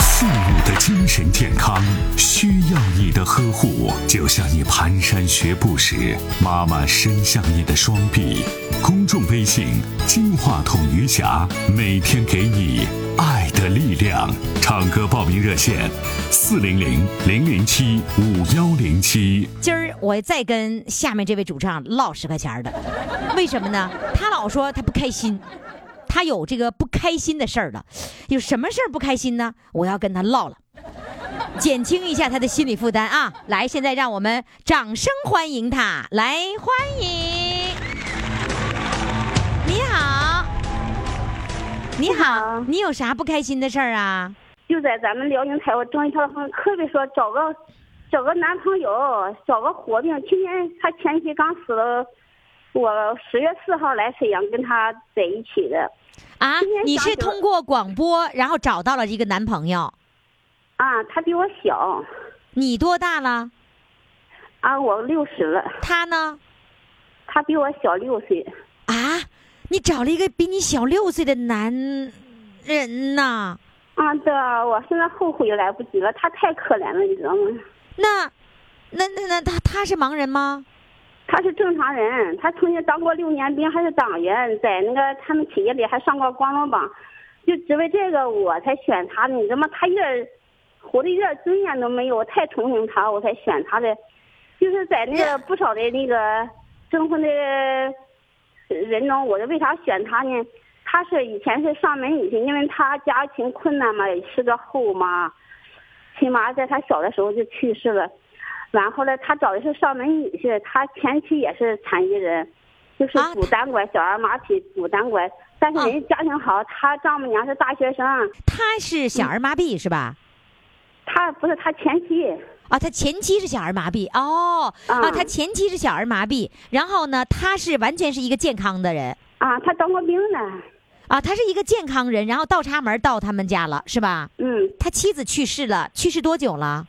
S7: 父母的精神健康需要你的呵护，就像你蹒跚学步时，妈妈伸向你的双臂。公众微信“金话筒余霞”，每天给你爱的力量。唱歌报名热线：四零零零零七五幺零七。
S1: 今儿我再跟下面这位主唱唠十块钱儿的，为什么呢？他老说他不开心，他有这个不开心的事儿了，有什么事儿不开心呢？我要跟他唠了，减轻一下他的心理负担啊！来，现在让我们掌声欢迎他，来欢迎。你好，你好，你有啥不开心的事儿啊？
S5: 就在咱们辽宁台，我中一条风特别说找个找个男朋友，找个活命。天天他前妻刚死了，我十月四号来沈阳跟他在一起的
S1: 啊
S5: 今天，
S1: 你
S5: 想
S1: 是
S5: 起了
S1: 通过广播然后找到了一个男朋友，
S5: 啊，他比我小
S1: 你多大了？
S5: 啊，我六十了，
S1: 他呢？
S5: 他比我小六岁。
S1: 啊，你找了一个比你小六岁的男人呐？
S5: 啊，对啊，我现在后悔也来不及了，他太可怜了，你知道吗？
S1: 那，那那那他他是盲人吗？
S5: 他是正常人，他曾经当过六年兵，还是党员，在那个他们企业里还上过光荣榜，就只为这个我才选他的。你知道吗？他一点活的一点尊严都没有，我太同情他，我才选他的。就是在那个不少的那个征婚的人中，我是为啥选他呢？他是以前是上门女婿，因为他家庭困难嘛，也是个后妈，亲妈在他小的时候就去世了。然后呢，他找的是上门女婿，他前妻也是残疾人，就是
S1: 啊
S5: 骨单拐，小儿麻痹骨单拐。但
S1: 啊
S5: 是人家家庭好，他丈母娘是大学生，
S1: 他是小儿麻痹、是吧？
S5: 他不是他前妻
S1: 啊，他前妻是小儿麻痹哦，啊，
S5: 啊
S1: 他前妻是小儿麻痹，然后呢，他是完全是一个健康的人
S5: 啊，他当过兵呢，
S1: 啊，他是一个健康人，然后倒插门到他们家了，是吧？
S5: 嗯，
S1: 他妻子去世了，去世多久了？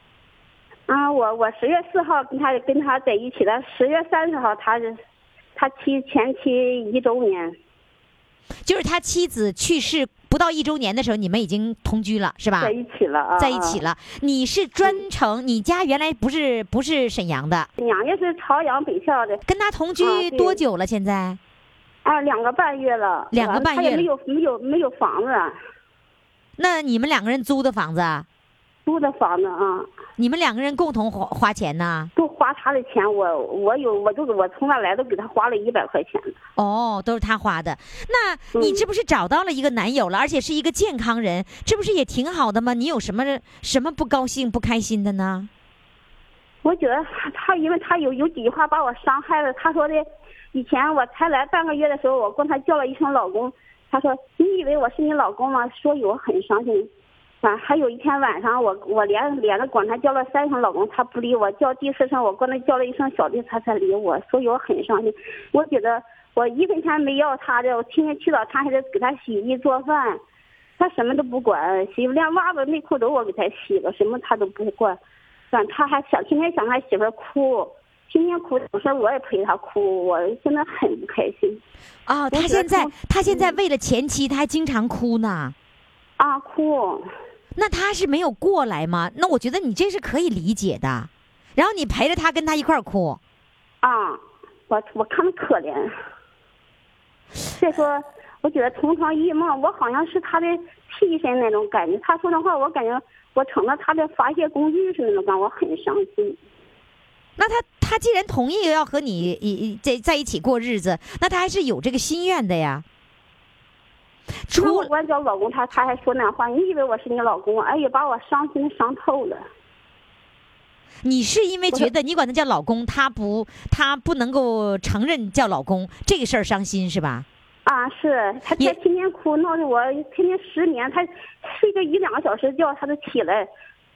S5: 啊，我我十月四号跟他跟他在一起的，十月三十号他是他妻前妻一周年，
S1: 就是他妻子去世不到一周年的时候，你们已经同居了，是吧
S5: 在？一起了啊，
S1: 在一起
S5: 了。
S1: 了，你是专程，你家原来不是不是沈阳的，
S5: 娘家是朝阳北校的，
S1: 跟他同
S5: 啊
S1: 居
S5: 对
S1: 多久了？现在
S5: 啊，两个半月了，
S1: 两个
S5: 完了
S1: 半
S5: 他也
S1: 月
S5: 没有没有没有房子，
S1: 那你们两个人租的房子啊，
S5: 租的房子啊，
S1: 你们两个人共同花花钱呢？
S5: 都花他的钱，我我有我都我从那来都给他花了一百块钱，
S1: 哦，都是他花的。那
S5: 嗯
S1: 你这不是找到了一个男友了，而且是一个健康人，这不是也挺好的吗？你有什么什么不高兴、不开心的呢？
S5: 我觉得他，因为他有有几句话把我伤害了。他说的，以前我才来半个月的时候，我管他叫了一声老公，他说你以为我是你老公吗？所以我很伤心。啊，还有一天晚上我，我连连着管他叫了三声老公，他不理我，叫第四声我管他叫了一声小弟，他才理我，所以我很伤心。我觉得我一分钱没要他的，我天天起早贪黑的给他洗衣做饭，他什么都不管，洗连袜子内裤都我给他洗了，什么他都不管。但他还想天天想他媳妇儿哭，天天哭，有时候我也陪他哭，我真的很不开心
S1: 啊、
S5: 觉
S1: 他
S5: 得
S1: 现在
S5: 他嗯
S1: 他现在为了前妻，他还经常哭呢。
S5: 啊，哭。
S1: 那他是没有过来吗？那我觉得你这是可以理解的。然后你陪着他，跟他一块儿哭。
S5: 啊，我我看他可怜。再说，我觉得同床异梦，我好像是他的替身那种感觉。他说的话，我感觉我成了他的发泄工具是那种感觉，我很伤心。
S1: 那他他既然同意要和你一一在在一起过日子，那他还是有这个心愿的呀。
S5: 那
S1: 除
S5: 我管叫老公他，他还说那话，你以为我是你老公啊？哎呀，把我伤心的伤透了。
S1: 你是因为觉得你管他叫老公，他不他不能够承认叫老公这个事儿伤心是吧？
S5: 啊，是他
S1: 也
S5: 天天天哭，闹得我天天失眠。他睡个一两个小时觉，他就起来，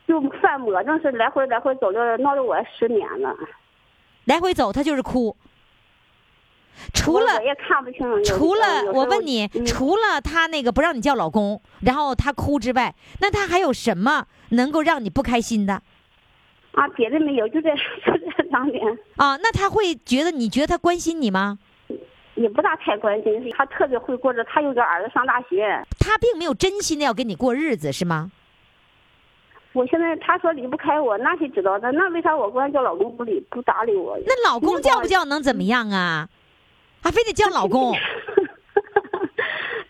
S5: 就犯魔怔似的，来回来回走溜，闹得我失眠了。
S1: 来回走他就是哭。除
S5: 我
S1: 了
S5: 我也看不清。有时候
S1: 除
S5: 有时
S1: 了
S5: 候
S1: 我问你，
S5: 嗯
S1: 除了他那个不让你叫老公，然后他哭之外，那他还有什么能够让你不开心的
S5: 啊，别的没有，就这 就这两点，
S1: 啊？那他会觉得你觉得他关心你吗？
S5: 也不大太关心。他特别会过日子，他有个儿子上大学。
S1: 他并没有真心的要跟你过日子是吗？
S5: 我现在他说离不开我，那谁知道呢？那为啥我管叫老公不理不搭理我呀？
S1: 那老公叫不叫能怎么样啊？还非得叫老公
S5: 天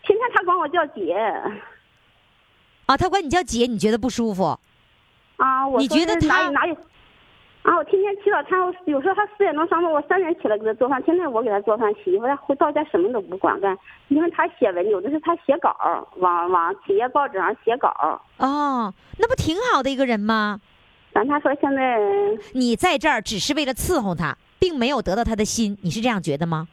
S5: 天他管我叫姐
S1: 啊？他管你叫姐，你觉得不舒服？
S5: 啊，我
S1: 你
S5: 说
S1: 觉得
S5: 是哪
S1: 他
S5: 有哪有？啊，我天天起早贪黑，有时候他四点钟上班，我三点起来给他做饭，天天我给他做饭、洗衣服，他回到家什么都不管干，因为他写文，有的是他写稿，往往企业报纸上写稿。
S1: 哦，那不挺好的一个人吗？
S5: 咱他说现在
S1: 你在这儿只是为了伺候他，并没有得到他的心，你是这样觉得吗？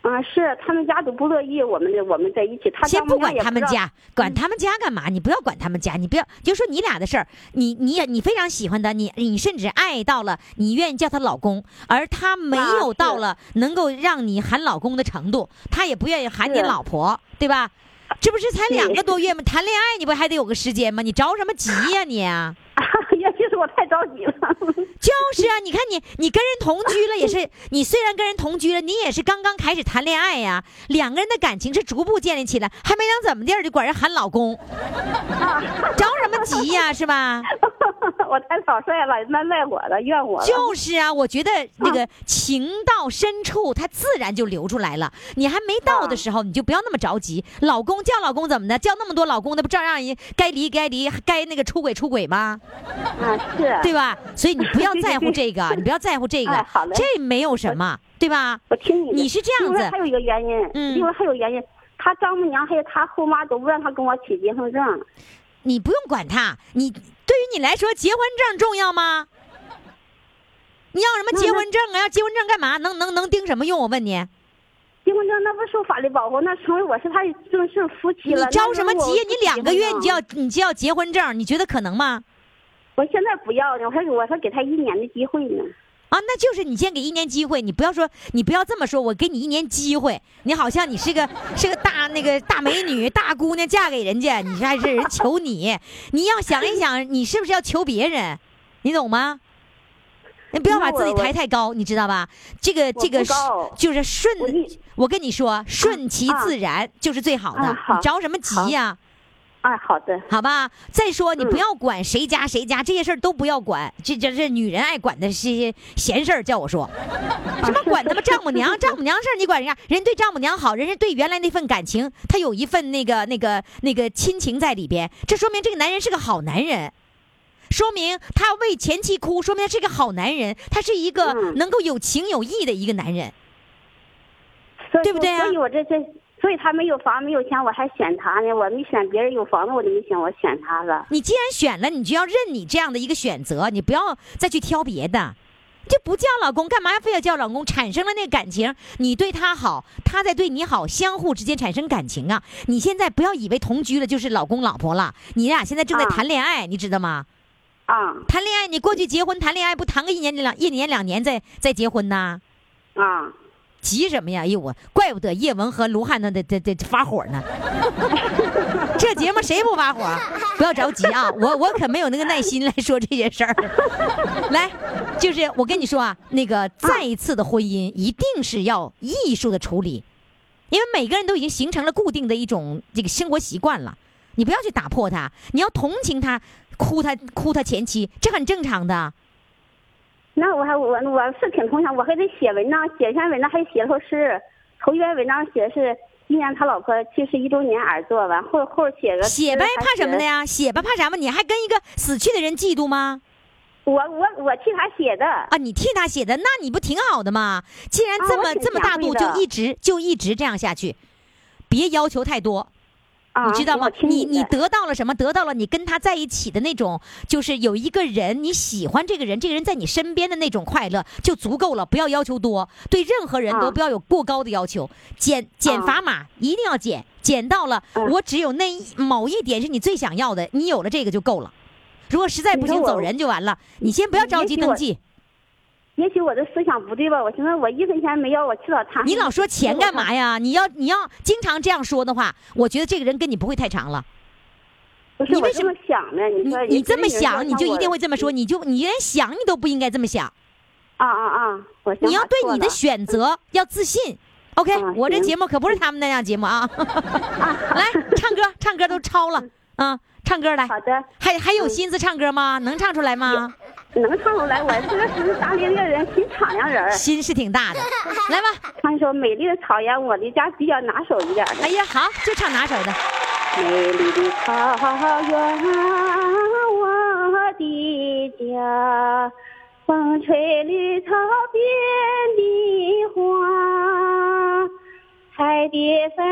S5: 啊，是他们家都不乐意我们的，我们在一起。他
S1: 先
S5: 丈母
S1: 不
S5: 娘
S1: 管
S5: 也
S1: 他们
S5: 知道，嗯
S1: 家，管他们家干嘛？你不要管他们家，你不要就说你俩的事儿。你你也你非常喜欢他，你你甚至爱到了你愿意叫他老公，而他没
S5: 啊
S1: 有到
S5: 是
S1: 了能够让你喊老公的程度，他也不愿意喊你
S5: 是
S1: 老婆，对吧？这不是才两个多月吗？谈恋爱你不还得有个时间吗？你着什么急呀、你啊？
S5: 也就是我太着急了。
S1: 就是啊，你看你，你跟人同居了也是，你虽然跟人同居了，你也是刚刚开始谈恋爱呀、两个人的感情是逐步建立起来，还没当怎么地儿就管人喊老公，着什么急呀、是吧？
S5: 我太草率了，那赖我了，怨我了。
S1: 就是啊，我觉得那个情到深处，它自然就流出来了。你还没到的时候，你就不要那么着急。老公叫老公怎么的？叫那么多老公，那不照样人该离该离，该那个出轨出轨吗？
S5: 啊，是
S1: 对吧？所以你不要在乎这个，你不要在乎这个
S5: 哎好嘞，
S1: 这没有什么，对吧？
S5: 我听你的。
S1: 你是这样
S5: 另外
S1: 子
S5: 还，有一个原因，
S1: 嗯
S5: 另外还有原因，他丈母娘还有他后妈都不让他跟我取结婚证。
S1: 你不用管他。你对于你来说，结婚证重要吗？你要什么结婚证啊？要结婚证干嘛？能能能盯什么用？我问你，
S5: 结婚证那不受法律保护，那成为我是他正式夫妻
S1: 你
S5: 了。
S1: 着什么急？
S5: 那如果我
S1: 你两个月你就
S5: 不
S1: 要你就要结婚证，你觉得可能吗？
S5: 我现在不要呢，我还我还给他一年的机会呢。
S1: 啊，那就是你先给一年机会，你不要说，你不要这么说，我给你一年机会，你好像你是个是个大那个大美女、大姑娘嫁给人家，你这还是人求你，你要想一想，你是不是要求别人，你懂吗？你不要把自己抬太高，你知道吧？这个这个
S5: 不
S1: 是
S5: 高
S1: 就是顺
S5: 我一，
S1: 我跟你说，顺其
S5: 啊
S1: 自然就是最好的
S5: 啊，好
S1: 你着什么
S5: 好
S1: 急呀、
S5: 啊，好的，
S1: 好吧，再说你
S5: 嗯
S1: 不要管谁家谁家这些事儿都不要管，这这这女人爱管的这些闲事儿，叫我
S5: 啊
S1: 说，什么管他妈丈母娘丈母娘事儿你管人家，人对丈母娘好，人家对原来那份感情，他有一份那个那个那个亲情在里边，这说明这个男人是个好男人。说明他为前妻哭，说明他是个好男人，他是一个
S5: 嗯
S1: 能够有情有义的一个男人。
S5: 所以
S1: 对不对啊
S5: 所以我这这，所以他没有房没有钱，我还选他呢。我没选别人有房子，我就没选，我选他了。
S1: 你既然选了，你就要认你这样的一个选择，你不要再去挑别的。这不叫老公，干嘛非要叫老公？产生了那感情，你对他好，他在对你好，相互之间产生感情啊！你现在不要以为同居了就是老公老婆了，你俩现在正在
S5: 啊
S1: 谈恋爱，你知道吗？
S5: 啊
S1: 谈恋爱，你过去结婚谈恋爱不谈个一年两一年两年再再结婚呐？
S5: 啊，
S1: 急什么呀？哎呦我，怪不得叶文和卢汉那得得得发火呢。这节目谁不发火？不要着急啊，我我可没有那个耐心来说这些事儿。来，就是我跟你说啊，那个再一次的婚姻一定是要艺术的处理，因为每个人都已经形成了固定的一种这个生活习惯了，你不要去打破它，你要同情他，哭他哭他前妻，这很正常的。
S5: 那我还我我是挺通常，我还得写文章，写一篇文章还写首诗。头一篇文章写的是纪念他老婆去世一周年而作，完后后写个
S1: 写呗
S5: 诗，还
S1: 怕什么的
S5: 写
S1: 呀？写吧，怕什么？你还跟一个死去的人嫉妒吗？
S5: 我我我替他写的，
S1: 啊，你替他写的，那你不挺好的吗？既然
S5: 啊
S1: 这
S5: 我
S1: 么、
S5: 挺
S1: 这么大
S5: 惭愧
S1: 度，
S5: 的
S1: 就一直就一直这样下去，别要求太多，
S5: 啊、
S1: 你知道吗
S5: 我？听
S1: 你
S5: 你
S1: 你
S5: 的
S1: 得到了什么？得到了你跟他在一起的那种，就是有一个人你喜欢这个人，这个人在你身边的那种快乐就足够了，不要要求多，对任何人都
S5: 啊
S1: 不要有过高的要求，减减
S5: 啊
S1: 砝码一定要减，减到了
S5: 嗯
S1: 我只有那一某一点是你最想要的，你有了这个就够了。如果实在
S5: 你
S1: 不
S5: 说
S1: 行走
S5: 我
S1: 人就完了，你先不要着
S5: 也
S1: 急
S5: 许
S1: 登
S5: 我
S1: 记。
S5: 也许我的思想不对吧？我寻思我一分钱没要，我去找他。
S1: 你老说钱干嘛呀？你要你要经常这样说的话，我觉得这个人跟你不会太长了。
S5: 不是
S1: 你为
S5: 我
S1: 什
S5: 这
S1: 么
S5: 么想的，你
S1: 你
S5: 说
S1: 你这么想，
S5: 人
S1: 你就一定会这么说，
S5: 你
S1: 你就你连想你都不应该这么想。
S5: 啊啊啊！我想
S1: 你要
S5: 法
S1: 对
S5: 错
S1: 你的
S5: 了
S1: 选择要自信。OK，、
S5: 啊
S1: 我这
S5: 行
S1: 节目可不是他们那样节目 啊！来唱歌，唱歌都超了啊、唱歌来，
S5: 好的，嗯
S1: 还还有心思唱歌吗？能唱出来吗？
S5: 能唱出来。我这个是大咧咧人，心敞亮 人儿。
S1: 心是挺大的，来吧！
S5: 唱一首《美丽的草原》，我离家比较拿手一点的。
S1: 哎呀，好，就唱拿手的。
S5: 美丽的草原，我的家，风吹绿草遍地花，彩蝶纷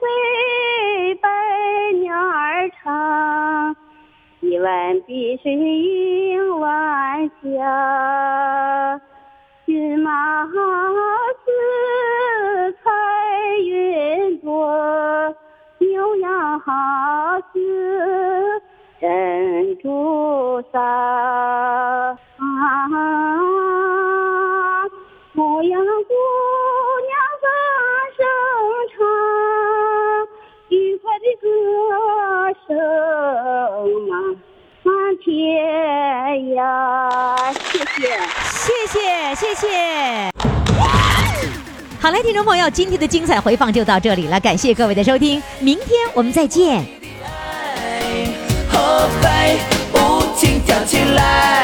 S5: 飞，百鸟儿唱，一湾碧水映晚霞。骏马似彩云朵，牛羊似珍珠撒。啊，牧羊姑娘大声唱，愉快的歌声啊，满天呀！谢谢。
S1: 谢谢，谢谢。好嘞，听众朋友，今天的精彩回放就到这里了，感谢各位的收听，明天我们再见。
S12: 喝杯，舞情跳起来。